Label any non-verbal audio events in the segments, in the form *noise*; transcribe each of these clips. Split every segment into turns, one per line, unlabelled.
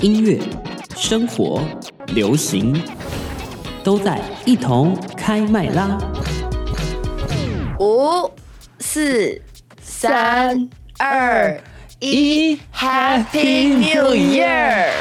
音乐、生活、流行，都在一同开麦啦！
五、四、三、二、一，Happy New Year！Yes，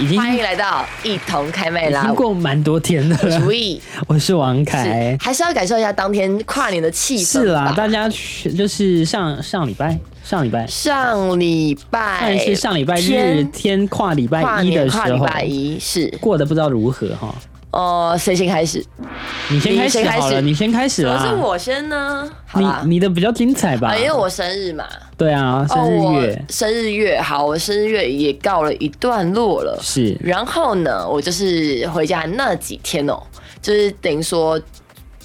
已经
欢迎来到一同开麦
已
啦
经！过蛮多天了。
主意
我是王
是
凯，
还是要感受一下当天跨年的气氛
是啦，
吧
大家去就是上上礼拜，上礼拜，
上礼拜
但是上礼拜日
天
天跨礼
跨
拜一
年
的
跨
时
礼
候，
拜一是
过得不知道如何哈。
哦，谁先开始？
你先
你
开
先
始
开
好
始
了，你先开始
怎
啦。
么是我先呢？好啊啦
啊你，你的比较精彩吧
啊，？因为我生日嘛，
对啊，生日月
哦、我生日月好，我生日月也告了一段落了。
是
然后呢，我就是回家那几天哦，就是等于说，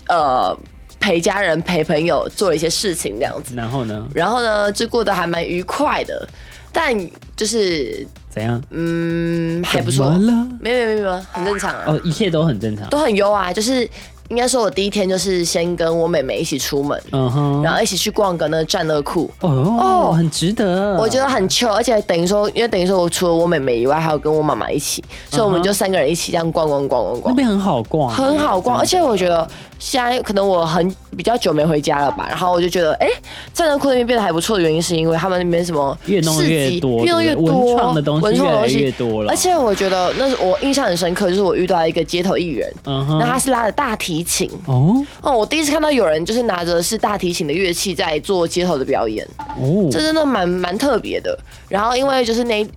呃，陪家人、陪朋友做了一些事情这样子。
然后呢？
然后呢，就过得还蛮愉快的，但就是
怎样？
嗯，还不错
怎，么了？
没有没有没有没有，很正常啊，
哦，一切都很正常。
都很优啊。就是应该说，我第一天就是先跟我妹妹一起出门，
嗯哼。
然后一起去逛个那个战乐库。
哦
哦
很值得。
我觉得很 chill，而且等于说，因为等于说我除了我妹妹以外，还有跟我妈妈一起，所以
嗯
我们就三个人一起这样逛逛逛逛
那
逛，
边很好逛，
很好逛。而且我觉得现在可能我很比较久没回家了吧，然后我就觉得，哎、战争库那边变得还不错的原因，是因为他们那边什么
越弄
市集
越多
越弄越多
文创的东西
文创的东西
越来越多了
而且我觉得那是我印象很深刻，就是我遇到一个街头艺人，
嗯哼
那他是拉着大提琴。
哦
哦，我第一次看到有人就是拿着是大提琴的乐器在做街头的表演，
哦
这真的蛮蛮特别的。然后因为就是那一，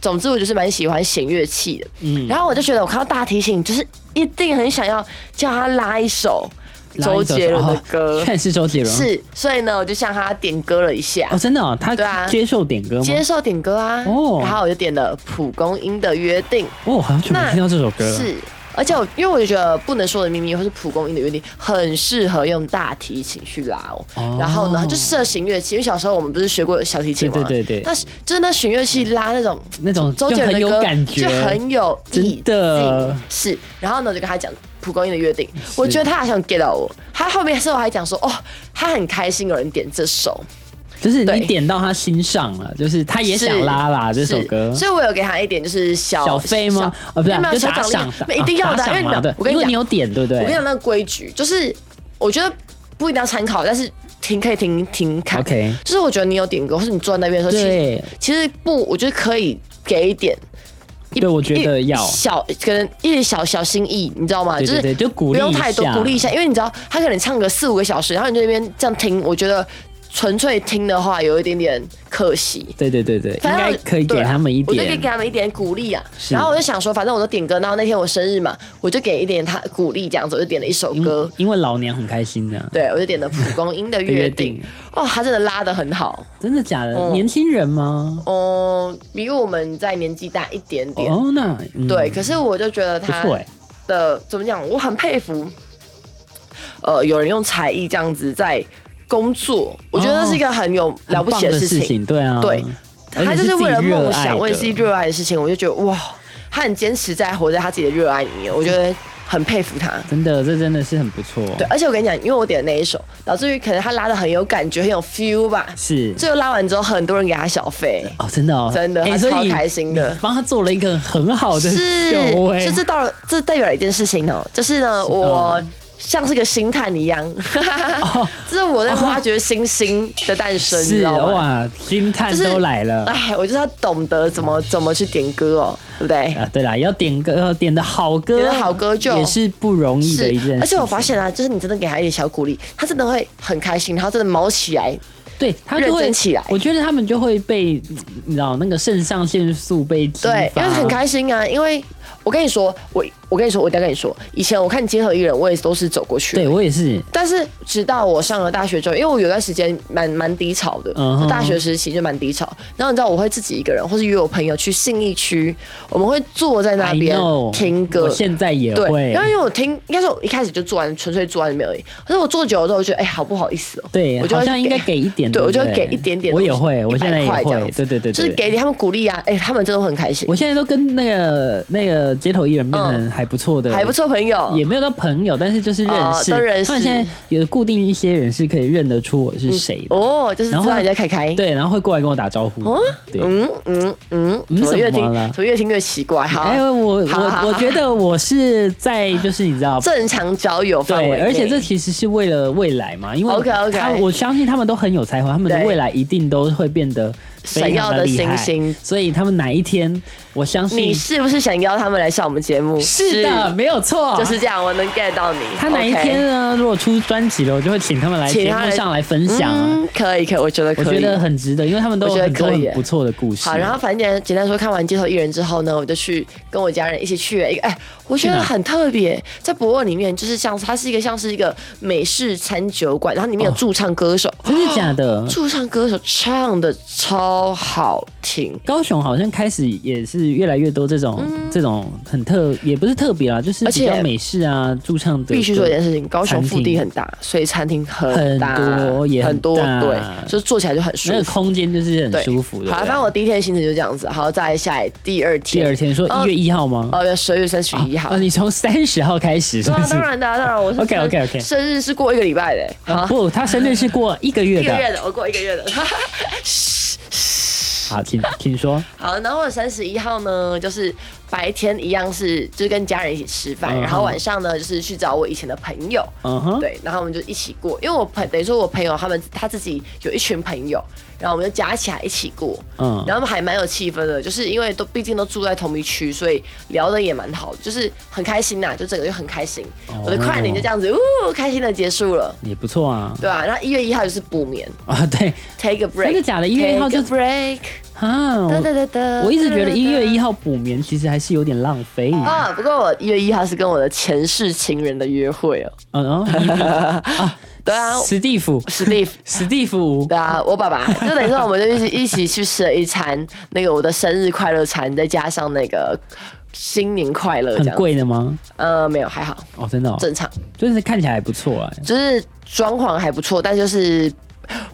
总之我就是蛮喜欢弦乐器的。
嗯
然后我就觉得我看到大提琴，就是一定很想要叫他拉一首
拉
周
一首
杰伦的
哦
歌。
看是周杰伦
是，所以呢，我就向他点歌了一下，
哦，真的哦，他
对啊
接受点歌吗？
接受点歌啊。
哦
然后我就点了蒲公英的约定。
哦，我好像全没
那
听到这首歌了。
是。而且我，因为我就觉得《不能说的秘密》或是蒲公英的约定很适合用大提琴去拉哦。
哦
然后呢，它就适合弦乐器，因为小时候我们不是学过小提琴吗？
对对对对
那是就是那弦乐器拉那种
那种
周
就
杰伦
很
的歌，
有感觉，
就很有意境
真的。
是。然后呢，我就跟他讲蒲公英的约定，我觉得他好像 get 到我。他后面是我还讲说，哦，他很开心有人点这首，
就是你
对
点到他心上了，就是他也想
是
拉啦这首
是
歌。
所以我有给他一点就是小
小费吗？哦，不
没
是
有没
啊，
有
就
小
打
奖
赏哦
励，，没有一定要的
打
啊，
赏
因为
嘛对
我跟
因为
你讲
你，有点，对不对？
我跟你讲那个规矩，就是我觉得不一定要参考，但是听可以听听看。
OK
就是我觉得你有点歌，或是你坐在那边的时候，其实
对
其实不，我觉得可以给一点。一
对我觉得
一
要
小，可能一点小小心意，你知道吗？
对对对
就是
就鼓励
不用太多
一，下
鼓励一下，因为你知道他可能唱个四五个小时，然后你在那边这样听，我觉得纯粹听的话有一点点可惜。
对对对对，应
反正
该可以
对啊
给他们一
我就可以
点
给。他们一点鼓励啊。
是
然后我就想说，反正我都点歌，然后那天我生日嘛，我就给一点他鼓励，这样子我就点了一首
嗯
歌，
因为老娘很开心的，
对我就点了蒲公英
*laughs*
的
约
约
定
定。哦，他真的拉的很好，
真的假的？
嗯
年轻人吗？
哦，比我们在年纪大一点点。
哦，那嗯
对，可是我就觉得
不
他
错哎，
的怎么讲，我很佩服，呃，有人用才艺这样子在工作，我觉得是一个很有了不起
哦很棒的
事
事
情。
情，对啊，
对
而且
他就是是
自己
为了梦
热爱的
想，为了自己热爱的事情，我就觉得哇，他很坚持在活在他自己的热爱里面，我觉得很佩服他。
真的，这真的是很不错，
对，而且我跟你讲，因为我点的那一首，导致于可能他拉的很有感觉，很有 feel 吧。
是
最后拉完之后，很多人给他小费，
哦，真的哦，
真的
哎
他
所
超
以
开心的
你帮他做了一个很好的
是
秀，哎
就这到了，这代表了一件事情哦，就是呢，
哦
我像是个星探
*laughs*
一样，这是我在挖掘星星的诞生，你知
哦是哦
道吗？
哇，星探
就是
都来了。
哎，我就是要懂得怎么怎么去点歌哦，对不对？
啊，对啦，要点歌，点的好歌，
点得好歌就
也是不容易的一件事情。
而且我发现啊，就是你真的给他一点小鼓励，他真的会很开心，然后真的毛起来。
对他就
认
会
真起来
我觉得他们就会被，你知道那个肾上腺素被激发
对，因为很开心啊，因为我跟你说，我我跟你说，我一定要跟你说，以前我看街头艺人，我也都是走过去。
对。我也是，
但是直到我上了大学之后，因为我有段时间蛮蛮低潮的，
嗯哼
就大学时期就蛮低潮。然后你知道我会自己一个人，或是约我朋友去信义区，我们会坐在那
I
边
know，
听歌
我。现在也
对，
会
然。后因为我听，应该是我一开始就坐完，纯粹坐完没有而已。可是我坐久了之后，我觉得哎、好不好意思哦、
对，
我就
好
会
像应该给一点，
对，
不
我就会给一点点
我
东西。
也会，我现在也
100块这
会，
样子
对对对，对
就是给点他们鼓励啊，哎、他们真的很开心
我。现在都跟那个那的街头艺人变成还不错的，
嗯还不，错朋友，
也没有到朋友，但是就是认识，
哦都认识
他们现在有固定一些人是可以认得出我是谁的，
哦，就是知
然后
道你在凯凯。
对，然后会过来跟我打招呼，
哦
对。
嗯嗯嗯，
嗯
怎么越听
怎么了
怎么越听越奇怪？好
哎、，我
好好好
我我觉得我是在就是你知道，
正常交友范围
对，
内，
而且这其实是为了未来嘛，因为
OK，OK
他我相信他们都很有才华，他们的
对
未来一定都会变得非常厉害
闪耀的星星
所以他们哪一天，我相
你
信
是不是想邀他们来上我们节目？
是的，，没有错，
就是这样，我能 get 到你。
他哪一
OK
天呢如果出专辑了，我就会请他们来
请
节
他
目
来
上来分享啊、
嗯，可以可以，我觉得可
我
以。
觉得很值得，因为他们都有
我觉得
很多
可以
很
耶
不错的故事。
好，然后反正简单简单说，看完《街头艺人》之后呢，我就去跟我家人一起去了一个，哎，我觉
去
得
哪
很特别，在博尔里面，就是像它是一个像是一个美式餐酒馆，然后里面有
哦
驻唱歌手，
真的假的？
驻唱歌手唱的超好听，
高雄好像开始也是越来越多这种、这种很特，也不是特别啦，就是
嗯而
比
且
较美式啊，驻唱的
必须说一件事情，高雄
餐厅
腹地很大，所以餐厅很大
很多也很
很多，
大
对，就是坐起来就很舒
那个
服。
空间就是
对
很舒服的。啊
好，反正我第一天的行程就这样子，好，再下来第二
第
天，
二天说
哦
一月一号吗？
哦，要十二月三十一号
啊，你从三十号开始是
对
不
啊，
是
当？然的啊，当然我是
OK，OK，OK
生日是过一个礼拜的欸，
啊
好，
不，他生日是过一个月
一个
的。
月的，我过一个月的。 *laughs*
好，请请说。
好，然后我三十一号呢，就是白天一样是就是跟家人一起吃饭，
嗯
然后晚上呢就是去找我以前的朋友，
嗯哼，
对，然后我们就一起过，因为我朋等于说我朋友他们他自己有一群朋友，然后我们就加起来一起过，
嗯
然后他们还蛮有气氛的，就是因为都毕竟都住在同一区，所以聊的也蛮好的，就是很开心呐、就整个就很开心，
哦
我的跨年就这样子，呜，开心的结束了。
也不错啊。
对啊，然后一月一号就是补眠
啊，对
，take a break，
真的假的1月1号就
take a break，
啊，
哒哒
我
哒哒。
我一直觉得一月一
号
号补眠其实还是有点浪费。
啊，不过我一月一号是跟我的前世情人的约会哦。
嗯
*laughs*
嗯，
对啊
史蒂夫，
，Steve，
史蒂夫 *laughs*
对啊，我爸爸就等于说我们就一起一起去吃了一餐那个我的生日快乐餐，再加上那个新年快乐这
很
样。
贵的吗？
呃，没有，还好，
哦，真的哦，
正常，
就是看起来还不错哎。
就是装潢还不错，但就是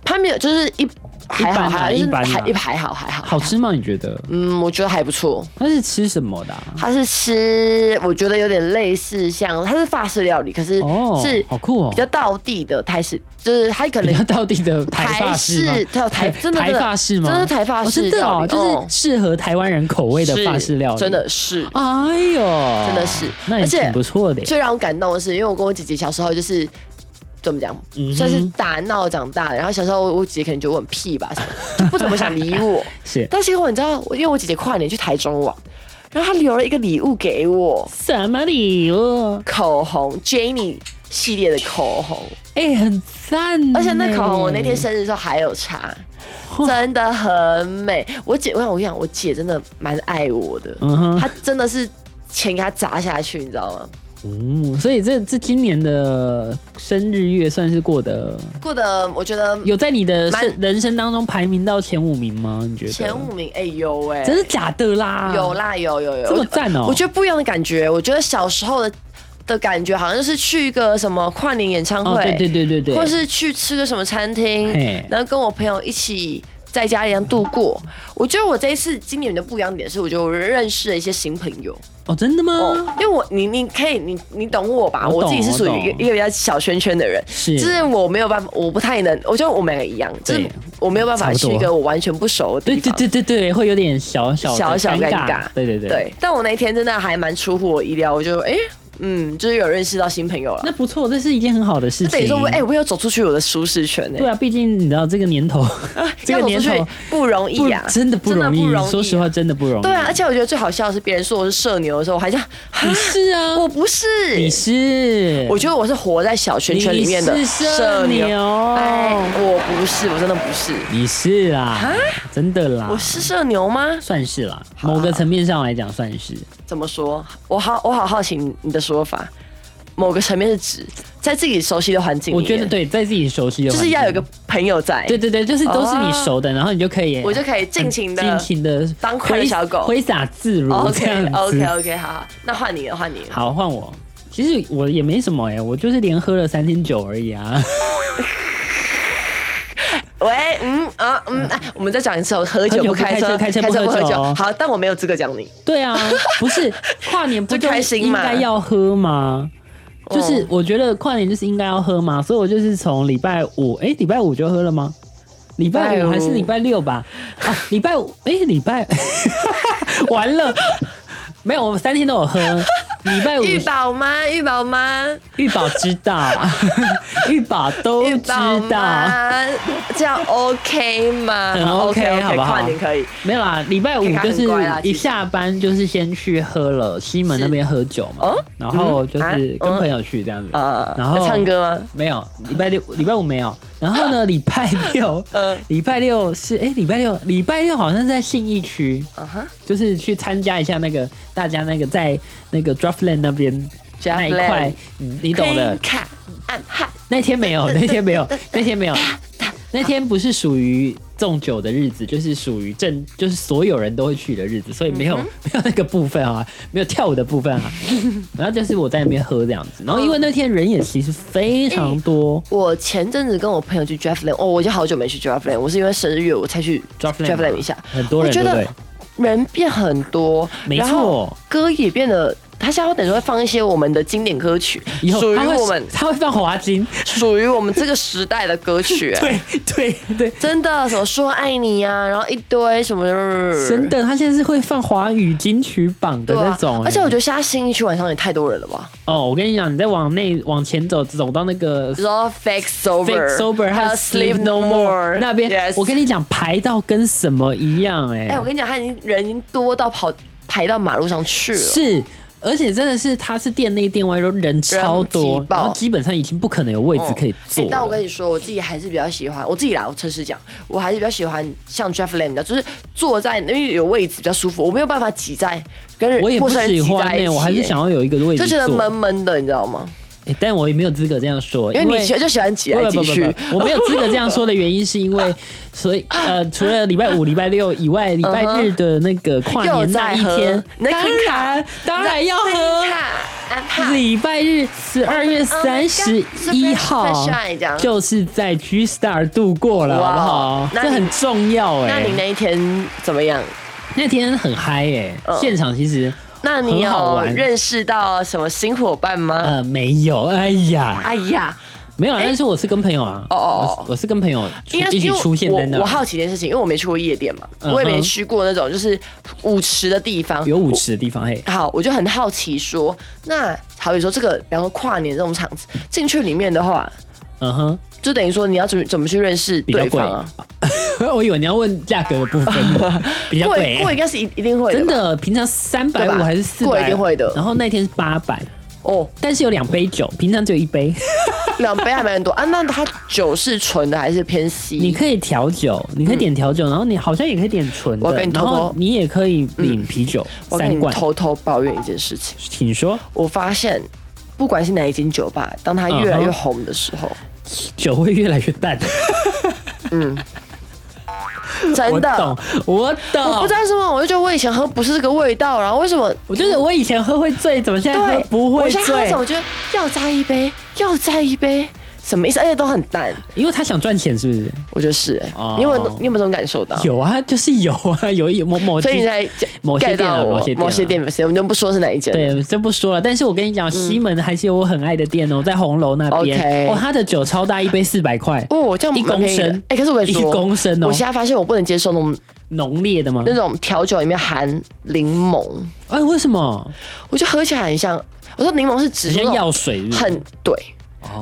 他没有，就是一还好，
般啦
还好，就
一
是
般啦啊
还一还好还好。
好吃吗？你觉得？
嗯，我觉得还不错。
它是吃什么的啊？
它是吃，我觉得有点类似像，它是法式料理，可是
哦
是
好酷哦
比较道地的台式，就是它可
比
能
较道地的台法式吗
台式对台真的
台
真的
法式吗？
真的台法式
哦真的
料
哦，
理
就
哦
是适合台湾人口味的
是
法式料理，
真。的是。
哎呦，真
的是
那也
而且
挺不错的耶。
最让我感动的是，因为我跟我姐姐小时候就是。怎么讲
嗯哼？
算是打闹长大的。然后小时候我我姐姐可能觉得我很屁吧，什么就不怎么想理
*laughs*
我。
是
但结果你知道，我因为我姐姐跨年去台中玩，然后她留了一个礼物给我，
什么礼物？
口红 Jenny 系列的口红。
哎，很赞呢。
而且那口红我那天生日的时候还有擦，真的很美。我姐，我想我跟你讲，我姐真的蛮爱我的，
嗯哼，
她真的是钱给她砸下去，你知道吗？
嗯，所以这这今年的生日月算是过得
过得我觉得
有在你的
蛮
生人生当中排名到前五名吗？你觉得？
前五名，哎、有哎、
真的假的啦？
有，啦有有有，
这么
我
赞哦！
我觉得不一样的感觉，我觉得小时候的的感觉好像就是去一个什么跨年演唱会，
哦，对对对对对，
或是去吃个什么餐厅
嘿，
然后跟我朋友一起在家里这样度过。我觉得我这一次今年的不一样点是，我觉得我认识了一些新朋友
哦，真的吗？
哦，因为我你你可以你你懂我吧？
我
我
懂
自己是属于一
我
个
懂
一个比较小圈圈的人，
是
就是我没有办法，我不太能，我觉得我们两个一样，就是
对
我没有办
差
法
不多
去一个我完全不熟的
对
地
对
方。
对对对，会有点小小的
小小尴尬
哦对对对。
对，但我那一天真的还蛮出乎我意料，我就哎、诶嗯，就是有认识到新朋友了。
那不错，这是一件很好的事
那等于
情。
说
*laughs*
我，哎、我有走出去我的舒适圈哎、
对啊，毕竟你知道这个年头，这
要
个
走出
年
去
头
不容易啊
不
哎呀、
真的不容易。说实话，真的不容易。
啊对啊，而且我觉得最好笑的是，别人说我是社牛的时候，我还想，哈
你是啊，
我不是，
你是，
我觉得我是活在小圈圈里面的
你是社牛
哎，我不是，我真的不是，
你是啦，真的啦
我，是社牛吗？
算是啦，某个层面上来讲算是。
怎么说？我好，我好好奇你的说法。某个层面是指在自己熟悉的环境里
我
面，
觉得对，在自己熟悉的
就
环
是
境，
要有一个朋友在，
对对对，就是都是你熟的，然后你就可以，
我就可以尽情的
尽情的
当快乐小狗
挥洒自如这
OK
样子。
OK OK，好好，那换你了，换你了。
好，换我。其实我也没什么哎、我就是连喝了三天酒而已啊。
喂，嗯嗯啊，嗯，哎，我们再讲一次哦，喝
喝
酒
酒
不
不开
开
车
车，
开车不
不
喝
喝
酒哦
酒。好，但我没有资格讲你。
*laughs* 对啊，不
*laughs*
是跨年不
就开
就是
心
应
嘛
该要喝吗？
哦
就是我觉得跨年就是应该要喝嘛，所以我就是从礼拜五，哎、礼拜五就喝了吗？礼拜
礼拜
五
五
还是礼拜六吧？啊，礼拜五，哎、礼拜， *laughs* 完了，没有，我们三天都
*laughs*
有喝。礼拜五
玉宝吗？玉宝吗？
玉宝知道， *laughs* 玉宝都
玉
知
宝
道。
吗？这样 OK 吗？
很 OK，好不好
跨年可以。
没有啦，礼拜五就是
可以看很乖啦其
一
实
下班就是先去喝了西门那边喝酒嘛，
哦
然后就
嗯
是
啊
跟
嗯
朋友去这样子，
呃，
然后
要唱歌吗？
没有，礼拜六礼拜五没有，然后
*laughs*
呢礼拜六
嗯，
礼拜六是哎礼拜六礼拜六好像是在信义区，
啊哈，
就是去参加一下那个大家那个在那个 Draftland 那边。那一
Draftland
块，嗯你懂的
黑。卡暗汉，
那天没
*laughs*
有，那天没有，那天没有，那天不是属于纵酒的日子，就是属于正，就是所有人都会去的日子，所以没
嗯
有、没有那个部分啊，没有跳舞的部分
*laughs*
啊。然后就是我在那边喝这样
哦
子，然后因为那天人也其实非常多，
我前阵子跟我朋友去 Draftland，哦，我已经好久没去 Draftland，我是因为生日我才去
Draftland
一下，
啊很多人，
我觉
对不
得
对？
人变很多，
没
然后
错
歌也变得，他下午等于会放一些我们的经典歌曲，
以后
嗯属于
他会 *laughs*
我们，
他会放华金，
属于我们这个时代的
*laughs*
歌曲、哎
对对对，
真的什么说爱你呀、然后一堆什么，
真的，他现在是会放华语金曲榜的
对
那
啊
种、欸
而且我觉得现在新一区晚上也太多人了吧，
哦，我跟你讲，你再往内往前走，走到那个
比如说 Fake
Fake
Sober、
Sober 还有 Sleep No More 那边
Yes
我跟你讲排到跟什么一样哎、
哎、我跟你讲，他已经人已经多到跑排到马路上去了。
是。而且真的是，它是店内店外都人超
人
多
挤，爆
然后基本上已经不可能有位置可以坐
哎但我
了。
跟你说，我自己还是比较喜欢，我自己啦，我诚实讲，我还是比较喜欢像 Jeff Land 的，就是坐在因为有位置比较舒服，我没有办法挤在跟人
我也不
陌生人
喜
挤
欢
在一
呢，
起，
我还是想要有一个位
就
置
觉得
坐
闷。闷的，你知道吗？
哎但我也没有资格这样说，
因
因
为你就喜欢挤来
不
挤
不不
去。
不，我没有资格这样说的原因是因
*laughs*
为，所以呃，除了礼拜五、礼拜六以外，礼拜日的那个跨
又
年那
在
一
喝
天，
那
当
肯卡
然当然要喝。
看安排
礼拜日十二月三十一号
Sunshine 这样
就是在 G Star 度过了，
哇
好
哦
不好？
那
这
你
很重要
那
哎、
你那一天怎么样？
那天很嗨哎、
嗯
现场其实
那你
很好
有
玩
认识到什么新伙伴吗？
呃没有，哎呀，
哎呀，
没有啊，但是我是跟朋友啊，
哦哦哦
我是我是跟朋友出
应该是
一起
因为
出现在那
我我，好奇一件事情，因为我没去过夜店嘛，
嗯哼
我也没去过那种就是舞池的地方。
有舞池的地方嘿。
好，我就很好奇说，那好比说这个，然后跨年这种场子进去里面的话，
嗯哼， *laughs*
就等于说你要怎么怎么去认识
比较
对
贵
方啊？。
我以为你要问价格的部
*laughs*
分，比较贵
贵。贵应该是一一定会
真
的吧
的，平常三百
对
五
吧
还是四
贵
百，
一定会的
然后那天是八百，
哦，
但是有两杯酒，平常只有一杯。
两杯还蛮多啊。那它酒是纯的还是偏稀？
你可以调酒，你可以点调酒，然后你好像也可以点纯的，
嗯我跟你
然
偷偷嗯
后你也可以领啤酒、
我跟
三
你
罐，
偷偷抱怨一件事情，
请说，
我发现。不管是哪一间酒吧，当它越来
嗯
越
哼
红的时候
酒会越来越淡。我
真的
懂，，我懂。
我不知道为什么，我就觉得我以前喝不是这个味道，然后为什么
我觉得我以前喝会醉，怎么现在喝
对
不会
我现在喝
醉
什？么？我觉得要再一杯，要再一杯，什么意思？而且都很淡，
因为他想赚钱，是不是？
我觉得是、欸。
哦
你有没有你有没有这种感受到？
有啊，就是有啊，有有某某
哦所以你
些
才
某些
get
店啊
到我
某些店啊
某些店，某些店我们就不说是哪一间。，
对，这不说了。但是我跟你讲，西门还是有我很爱的店哦，在红楼那边。
OK
哦，他的酒超大，一杯四百块，
哦，这样
一
蛮
公
便宜的
升。
哎、可是我跟你
一
说，
公升哦
我，现在发现我不能接受那种
浓烈的吗
那？种调酒里面含柠檬，
哎，为什么？
我就喝起来很像。我说柠檬是指
直接
那种
药水是不是
很对，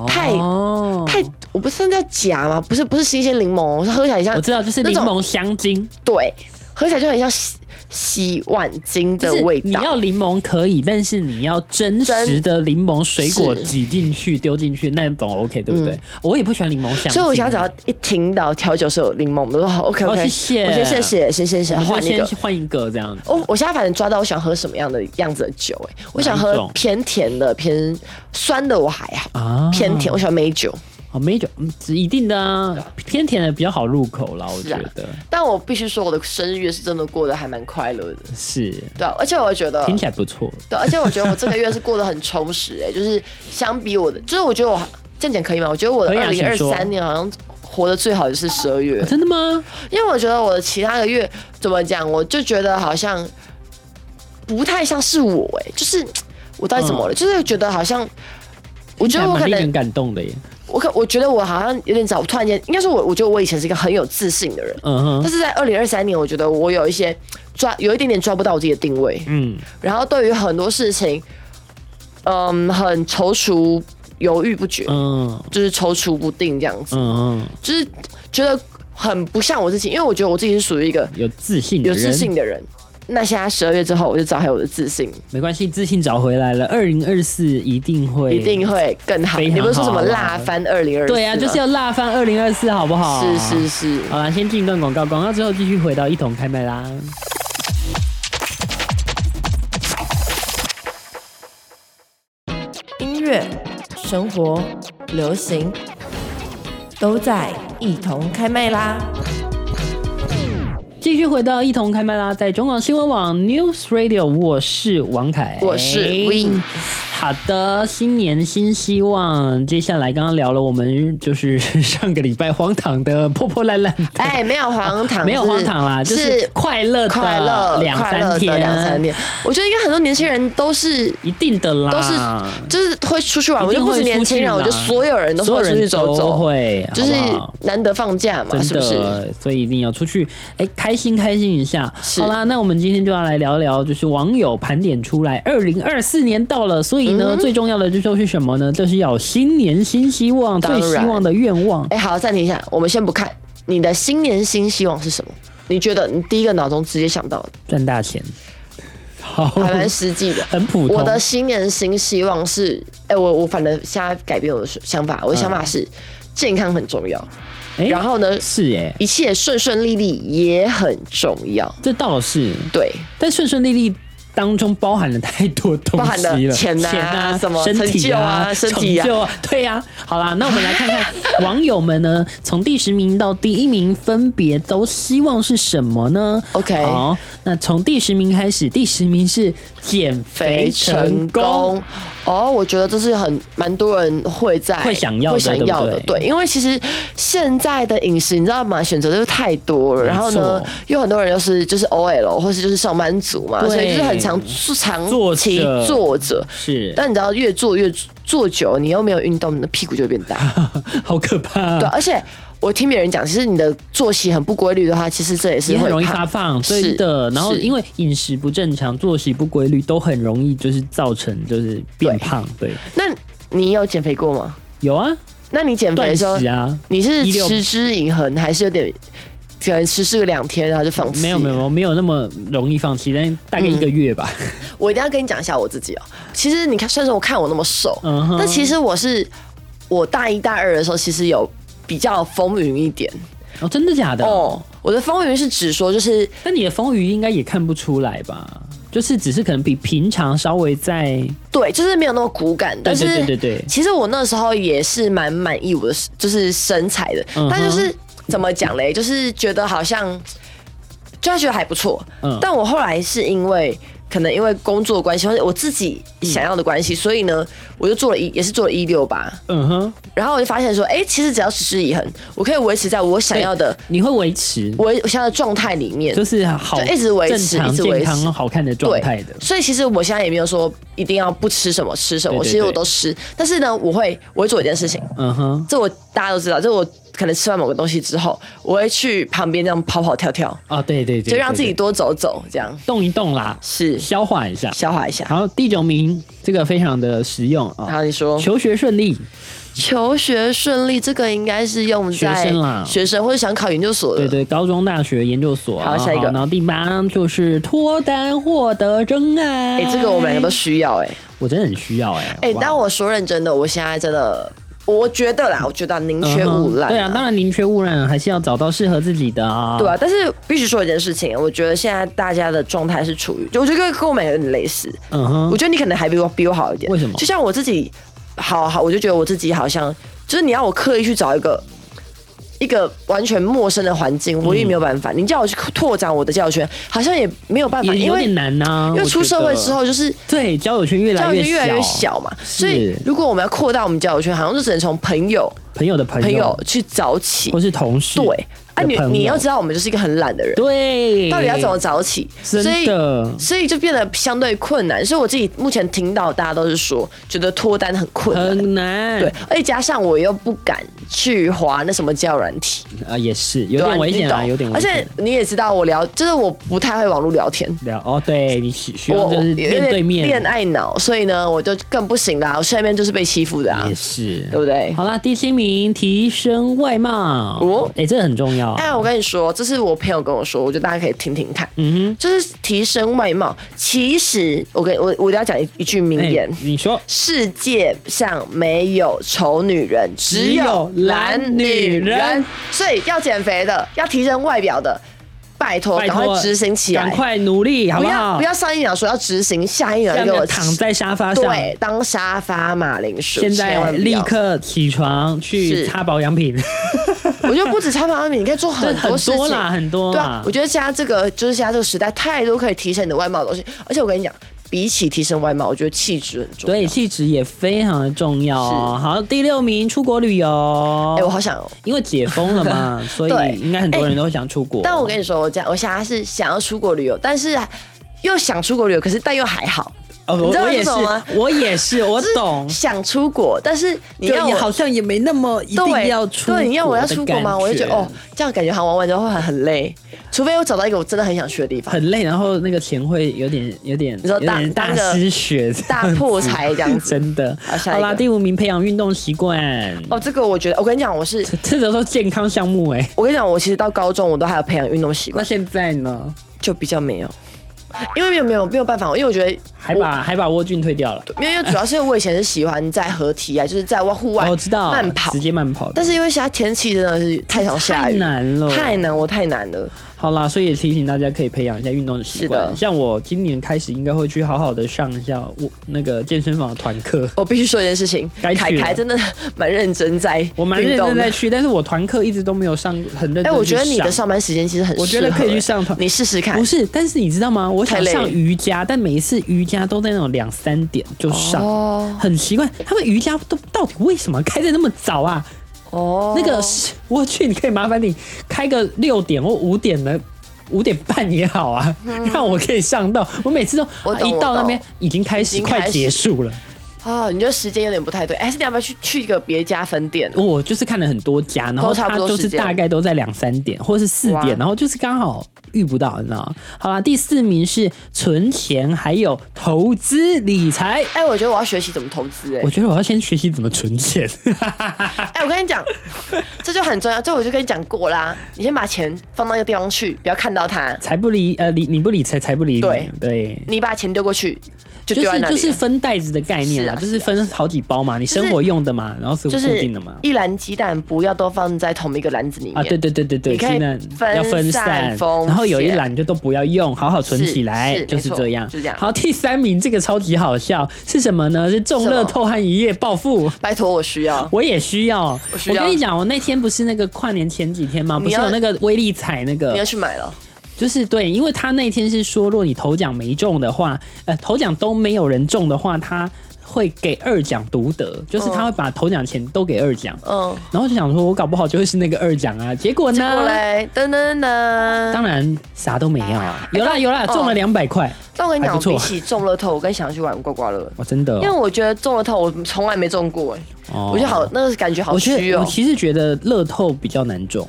太
哦
太我不是那叫假吗？不是不是新鲜柠檬，我是喝起来很
*laughs*
像
我知道，就是
那
柠
种
檬香精
对，喝起来就很像洗洗碗精的
就是
味
你
道。
要柠檬可以，但是你要真实的柠檬水果
是
挤进去丢进去那种 OK 对不对？我也不喜欢柠檬香精，
嗯所以我想只要一听到调酒是有柠檬，我说好 OK
哦谢
OK，、
谢
我先谢谢谢谢谢谢，
我就
换一
先
个。
换一个这样子。
哦，我现在反正抓到我想喝什么样的样子的酒、哎，我想喝偏甜的、偏酸的，我还好。
啊
偏甜，我喜欢美酒，
哦，美酒嗯，是一定的啊，偏甜的比较好入口啦，我
是
觉
啊
得
但我必须说，我的生日月是真的过得还蛮快乐的，
是，
对、啊，而且我觉得，
听起来不错。
对，而且我觉得我这个月是过得很充欸实、哎，就是相比我的，就是我觉得我这样讲可以吗？我觉得我的
可以啊
二零二
请说
三年好像活得最好的是十二月
*laughs* 啊，真的吗？
因为我觉得我的其他的月怎么讲，我就觉得好像不太像是我哎、就是我到底怎么了？就是觉得好像，我觉得我
嗯还蛮
可
令
能
人感动的耶。
我可我觉得我好像有点早，突然间应该说我我觉得我以前是一个很有自信的人，
嗯哼，
但是在二零二三年，我觉得我有一些抓有一点点抓不到我自己的定位，
嗯，
然后对于很多事情，嗯，很踌躇犹豫不决，
嗯
就是踌躇不定这样子，
嗯嗯，
就是觉得很不像我自己，因为我觉得我自己是属于一个
有自信的
有
人，
自信的人。那现在十二月之后，我就找回我的自信，
没关系，自信找回来了。二零二四一定会，
一定会更好。
非常
你不是说什么
好啊
辣翻二零二？
对啊，就是要辣翻二零二四，好不好？
是是是。
好啦，先进一段广告，广告之后继续回到一同开麦啦。
音乐、生活、流行，都在一同开麦啦！
继续回到一同开麦啦，在中广新闻网 News Radio，我是王凯，
我是 Win
好的，新年新希望。接下来刚刚聊了我们就是 *laughs* 上个礼拜荒唐的破破烂烂的，
哎，没有荒唐，
啊没有
是
荒唐啦，就是
是
快乐的
快乐
两
快
三
乐的
天，
两三天。我觉得应该很多年轻人都是
一定的啦，
都是就是会出去玩，
一
我
定
就不
会
止年轻
出去
人，
啦
我觉得所有人都
所有
会出去
人
走
都
走，
会，
就是
好不好
难得放假嘛，
真
是不是？
的，所以一定要出去，哎，开心开心一下。
是
好啦，那我们今天就要来聊聊，就是网友盘点出来，二零二四年到了，所以呢，
嗯
最重要的就就是什么呢？就是要有新年新希望，
当
最
然
希望的愿望。
哎，好，暂停一下，我们先不看你的新年新希望是什么？你觉得你第一个脑中直接想到的，
赚大钱。好，。
还蛮实际的
*laughs* 很普通。
我的新年新希望是，哎，我我反正现在改变我的想法，我的想
嗯
法是健康很重要，
哎
然后呢，
是哎，
一切顺顺利利也很重要。
这倒是，
对，
但顺顺利利。当中包含了太多东
包含了
西了，
钱啊什么
身体
成就啊身
成
体啊
就啊，对呀、好啦，那我们来看看网友们
*laughs*
呢，从第十名到第一名分别都希望是什么呢
OK
好，那从第十名开始，第十名是减肥
肥
成
成
功，
功。哦，我觉得这是很蛮多人会在
会想要的
会想要的
对不对
对，因为其实现在的饮食你知道吗？选择就是太多了，然后呢
没错，
有很多人又是就是 OL 或是就是上班族嘛，
对
所以就是很常是长
坐
期
着
坐着。
是，
但你知道，越坐越坐久，你又没有运动，你的屁股就会变大。
*laughs* 好可怕、
对，啊而且我听别人讲，其实你的作息很不规律的话，其实这也是
也
会
很容易发胖，对
是
的。然后
是
因为饮食不正常、作息不规律，都很容易就是造成就是变
对
胖。对，
那你有减肥过吗？
有啊，
那你减肥
断
的时
食
候，
啊，
你是
16
持之以恒，还是有点可能持续个两天然后就放弃？
没有没有，，我没有那么容易放弃，但是大概一个月吧。
我一定要跟你讲一下我自己哦。其实你看，虽然说我看我那么瘦，
嗯哼
但其实我是我大一大二的时候，其实有比较风云一点
哦， *laughs* 真的假的？
哦。我的风云是指说，就是
那你的丰腴应该也看不出来吧？就是只是可能比平常稍微再……
对，就是没有那么骨感，但是
对对对对
其实我那时候也是蛮满意我的就是身材的，
嗯哼
但就是怎么讲嘞，就是觉得好像就觉得还不错，
嗯
但我后来是因为。可能因为工作关系，或者我自己想要的关系，所以呢，我就做了一，也是做了一六八，
嗯哼，
然后我就发现说，哎、其实只要持之以恒，我可以维持在我想要的，
你会维持，
我我想要的状态里面
就。是好
就一直维持
正常、
一直维
健
持
康、好看的状态的。
所以其实我现在也没有说一定要不吃什么吃什么，
对对
其实我
对
都吃。但是呢，我会我会做一件事情，
嗯哼，
这我大家都知道，这我可能吃完某个东西之后，我会去旁边这样跑跑跳跳，
啊，对对对，
就让自己
对对
多走走，这样
动一动啦，
是
消化一下。
消化一下。
然后第九名这个非常的实用啊、
然后你说
求学顺利，
求学顺利，这个应该是用在
学生啦
学生或者想考研究所的，
对对，高中、大学、研究所，
呃好下一个
然后第八就是脱单获得真爱。
哎、这个我们两个都需要哎、
我真的很需要哎、
哎、
好不好
但我说认真的，我现在真的，我觉得啦，我觉得啊宁缺毋
嗯哼
滥、
对啊，当然宁缺毋滥，还是要找到适合自己的啊。
对啊，但是必须说一件事情，我觉得现在大家的状态是处于，就我觉得跟我们有点类似。
嗯
我
哼，
觉得你可能还比我比我好一点。
为什么
就像我自己，好好，我就觉得我自己好像，就是你要我刻意去找一个一个完全陌生的环境，我也没有办法。你叫我去拓展我的交友圈，好像也没有办法，
也
因
有
为
点
因
难呐、
为
我
出
觉
社会
得
之，后就是。
对交友圈越
交
来
友
越
圈越来
小
越小嘛，所以
是
如果我们要扩大我们交友圈，好像就只能从朋友
朋友的朋友，
朋友去早起
或。是同事的朋友，
对，啊你你要知道，我们就是一个很懒的人，
对，
到底要怎么早起？所
真
以
的
所以就变得相对困难。所以我自己目前听到大家都是说，觉得脱单很困难。
很难，
对，而且加上我又不敢去滑那什么交友软体，
啊，也是有
对
点危险啊，
你懂
有点危
而且
险。
你也知道，我聊就是我不太会网络聊天，
聊哦，对你需需
我
要
我
就是
有
面对
点
面
恋爱脑，所以呢，我就更不行啦。我下面就是被欺负的啊
也，是，
对不对？
好啦，第七名提升外貌，
哦
哎、这个很重要啊。
哎，我跟你说，这是我朋友跟我说，我觉得大家可以听听看。嗯哼，就是提升外貌。其实我跟我我一定要讲一一句名言：
哎你说
世界上没有丑女人，只有懒
只有懒女
女人
人。
所以要减肥的，要提升外表的，拜托，
拜
哦赶
托
快执行起来
赶。快努力，好
不
好？
要不要上一秒说要执行，下一秒就
下
给我
面躺在沙发上，
对当沙发马铃薯。
现
千
在
万不
立
要
刻起床去
是
擦保养
*laughs*
品，
我觉得不止采访你，你可以做很多
*laughs*
事
对很多
情
啦很多啦
对啊，我觉得现在这个就是现在这个时代，太多可以提升你的外貌的东西。而且我跟你讲，比起提升外貌，我觉得气质很重要。
对，哦气质也非常的重要哦。好，第六名出国旅游，
哎、我好想哦。
因为解封了
*laughs*
嘛，所
对哎
以应该很多人都会想出国。哦
但我跟你说，我讲，我现在是想要出国旅游，但是又想出国旅游，可是但又还好，
哦，我
你知道
我
是
也是
什么吗，
我也是，我
就是
懂。
想出国，但是你
就
要
也
我
好像也没那么一定
对
要出国的感觉，
对，你要我要出国吗？我就觉得哦，这样感觉好像玩完之后会很很累，除非我找到一个我真的很想去的地方，
很累，然后那个钱会有点有点，
你说
有
大
点大
当个
失
*laughs*
血，
大破财这样子。
真的。
好下一
好
个
啦，第五名培养运动习惯，
哦，这个我觉得，我跟你讲，我是
这都是健康项目哎。
我跟你讲，我其实到高中我都还有培养运动习惯
那。现在呢？
就比较没有，因为没有没有没有办法，因为我觉得
还把还把沃俊推掉了，
没有，因为主要是我以前是喜欢在合体啊，就是在外户外
哦我知道，
慢跑
直，接慢跑。
但是因为现在天气真的是太常下雨，
太难了
太难，我太难了。
好啦，所以也提醒大家可以培养一下运动的习
是
惯。
的
像我今年开始应该会去好好的上一下我那个健身房的团课。
我必须说一件事情，
该
凯
去了
凯真的蛮认真在运动的，
我蛮认真在去，但是我团课一直都没有上，很认真。
哎，我觉得你的。上班时间其实很适合，
我觉得可以去上
哎
团
你试试看
不。是，但是你知道吗？我
太
想
累
上瑜伽，但每一次瑜伽都在那种两三点就上，
哦
很奇怪。他们瑜伽都到底为什么开的那么早啊？
哦，
那个是我去，你可以麻烦你开个六点或五点的，五点半也好啊，让我可以上到。我每次都
嗯我
啊
懂
一
我
到那
懂
边已经开
已
始
经开
快结
始
束了，
哦，你觉得时间有点不太对，哎，还是你要不要去去一个别家分店？啊
我就是看了很多家，然后
都差不
它
多
就
时
是
间
大概都在两三点或是四
哇
点，然后就是刚好遇不到，你知道吗？好啦，第四名是存钱，还有投资理财。
哎，我觉得我要学习怎么投资，哎
我，觉得我要先学习怎么存
*laughs*
钱，
哎、我跟
*laughs*
你讲，这就很重要。这我就跟你讲过啦，你先把钱放到一个地方去，不要看到它。
财不理呃理你不理财，财不理你。
对
对，
你把钱丢过去，就
就
丢在
是
那里
就是
了。
分袋子的概念啦，
是啊
就是分好几包嘛，你生活用的嘛，然后是固
就是
定的嘛。
一篮鸡蛋不要都放在同一个篮子里面。
啊，对对对对对，
你可以
现在
分
要分
散
散，
风险
然后有一栏就都不要用，好好存起来
是，是
就是
没错
这样。
就是这样
好，第三名这个超级好笑是什么呢？是中乐透和一夜暴富。 *laughs*
拜托我需要。
我也需要，
我需要
跟你讲，我那天不是那个跨年前几天嘛，不是
你要
有那个威力彩那
你要
个，
去买了，
就是对，因为他那天是说，若你头奖没中的话，呃，头奖都没有人中的话，他会给二奖独得，就是
哦
他会把头奖钱都给二奖。
嗯，
然后就想说，我搞不好就会是那个二奖啊。结果
过
呢？
来，噔噔噔。
当然啥都没有啊，有啦有啦，
哦
中了两百块，
但我跟你
还
讲，
不错
比起中乐透，我更想要去玩刮刮乐，
我真的
因为我觉得中乐透我从来没中过，哎，
哦，
哦我觉得好，那个感觉好
我觉
虚
得
哦
我。其实觉得乐透比较难中，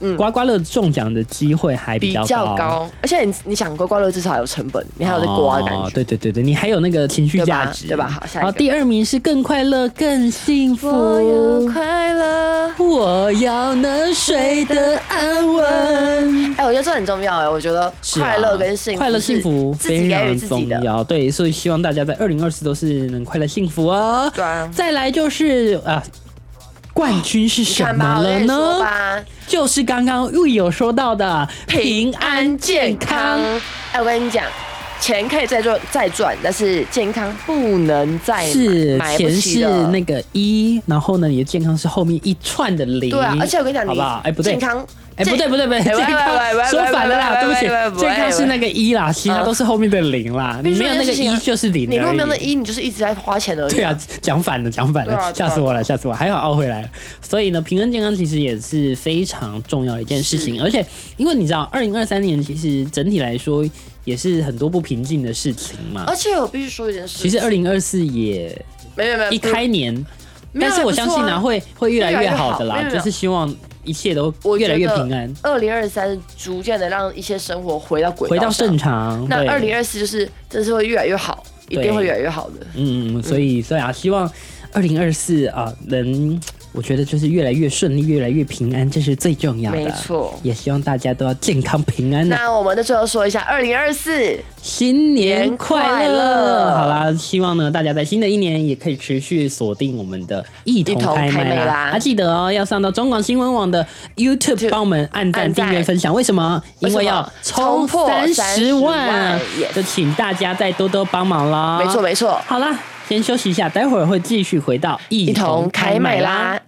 嗯
刮刮乐中奖的机会还
比
较
较高，而且你你想刮刮乐至少还有成本，你还有在刮的感
哦
觉。
对对对对，你还有那个情绪价值，
对吧对吧好下一个
好，第二名是更快乐、更幸福。
快乐。
我要能睡得安稳。
哎、我觉得这很重要哎，我觉得
是啊
快乐跟幸福、
快乐幸福
自
非
己给予
常
自己
重
的。
要。对，所以希望大家在二零二四都是能快乐幸福哦。
对啊
再来就是啊。冠军是
你
什
看吧，
么
我跟
了
你说
呢？
吧，
就是刚刚又有说到的平安健康。。
哎，我跟你讲，钱可以再赚再赚，但是健康不能再买
是
哎买不
前
起
是
的。
那个一，然后呢，你的健康是后面一串的零。
对啊，而且我跟你讲，
好
你
不好？哎，不对
健，康
哎，
这
不对不对不对，
喂
健
喂喂
康
喂
说反了
喂
啦，对不
喂喂喂嗯
起，健康是那个一啦，其他都是后面的零啦，你没有那个一就是零而已。
啊你如果没有那一，你就是一直在花钱而已。
对啊，讲反了，讲反
对啊
了，
对啊
吓死我了，吓死我！还好懊悔来了。所以呢，平衡健康其实也是非常重要的一件事情，而且因为你知道，二零二三年其实整体来说也是很多不平静的事情嘛
而。且我必须说一件事，
啊其实二零二四也
没有没有
一开
呃
年，但是我相信呢、
啊
会会越来
越来越
越好的
好
啦，
没有没有
就是希望一切都越来越平安，。
二零二三逐渐的让一些生活回到轨道
回到
上
正常。
那
对
二零二四就是真的是会越来越好，一定
对
会越来越好的。
嗯，所以所以啊，希望二零二四啊能。我觉得就是越来越顺利，越来越平安，这是最重要的。
没错
也希望大家都要健康平安啊！
那我们在最后说一下，二零二四
新年快
新年快乐
乐！好啦，希望呢大家在新的一年也可以持续锁定我们的一同开
一同开
麦啦。
麦啦
啊，记得哦，要上到中广新闻网的 YouTube 帮我们按赞、
按赞
订阅、分享。为什么？因
为什么
为要冲
冲破
三十
30万
万，就请大家再多多帮忙啦！
没错没错，
好啦，先休息一下，待会儿会继续回到一
一同开麦啦。。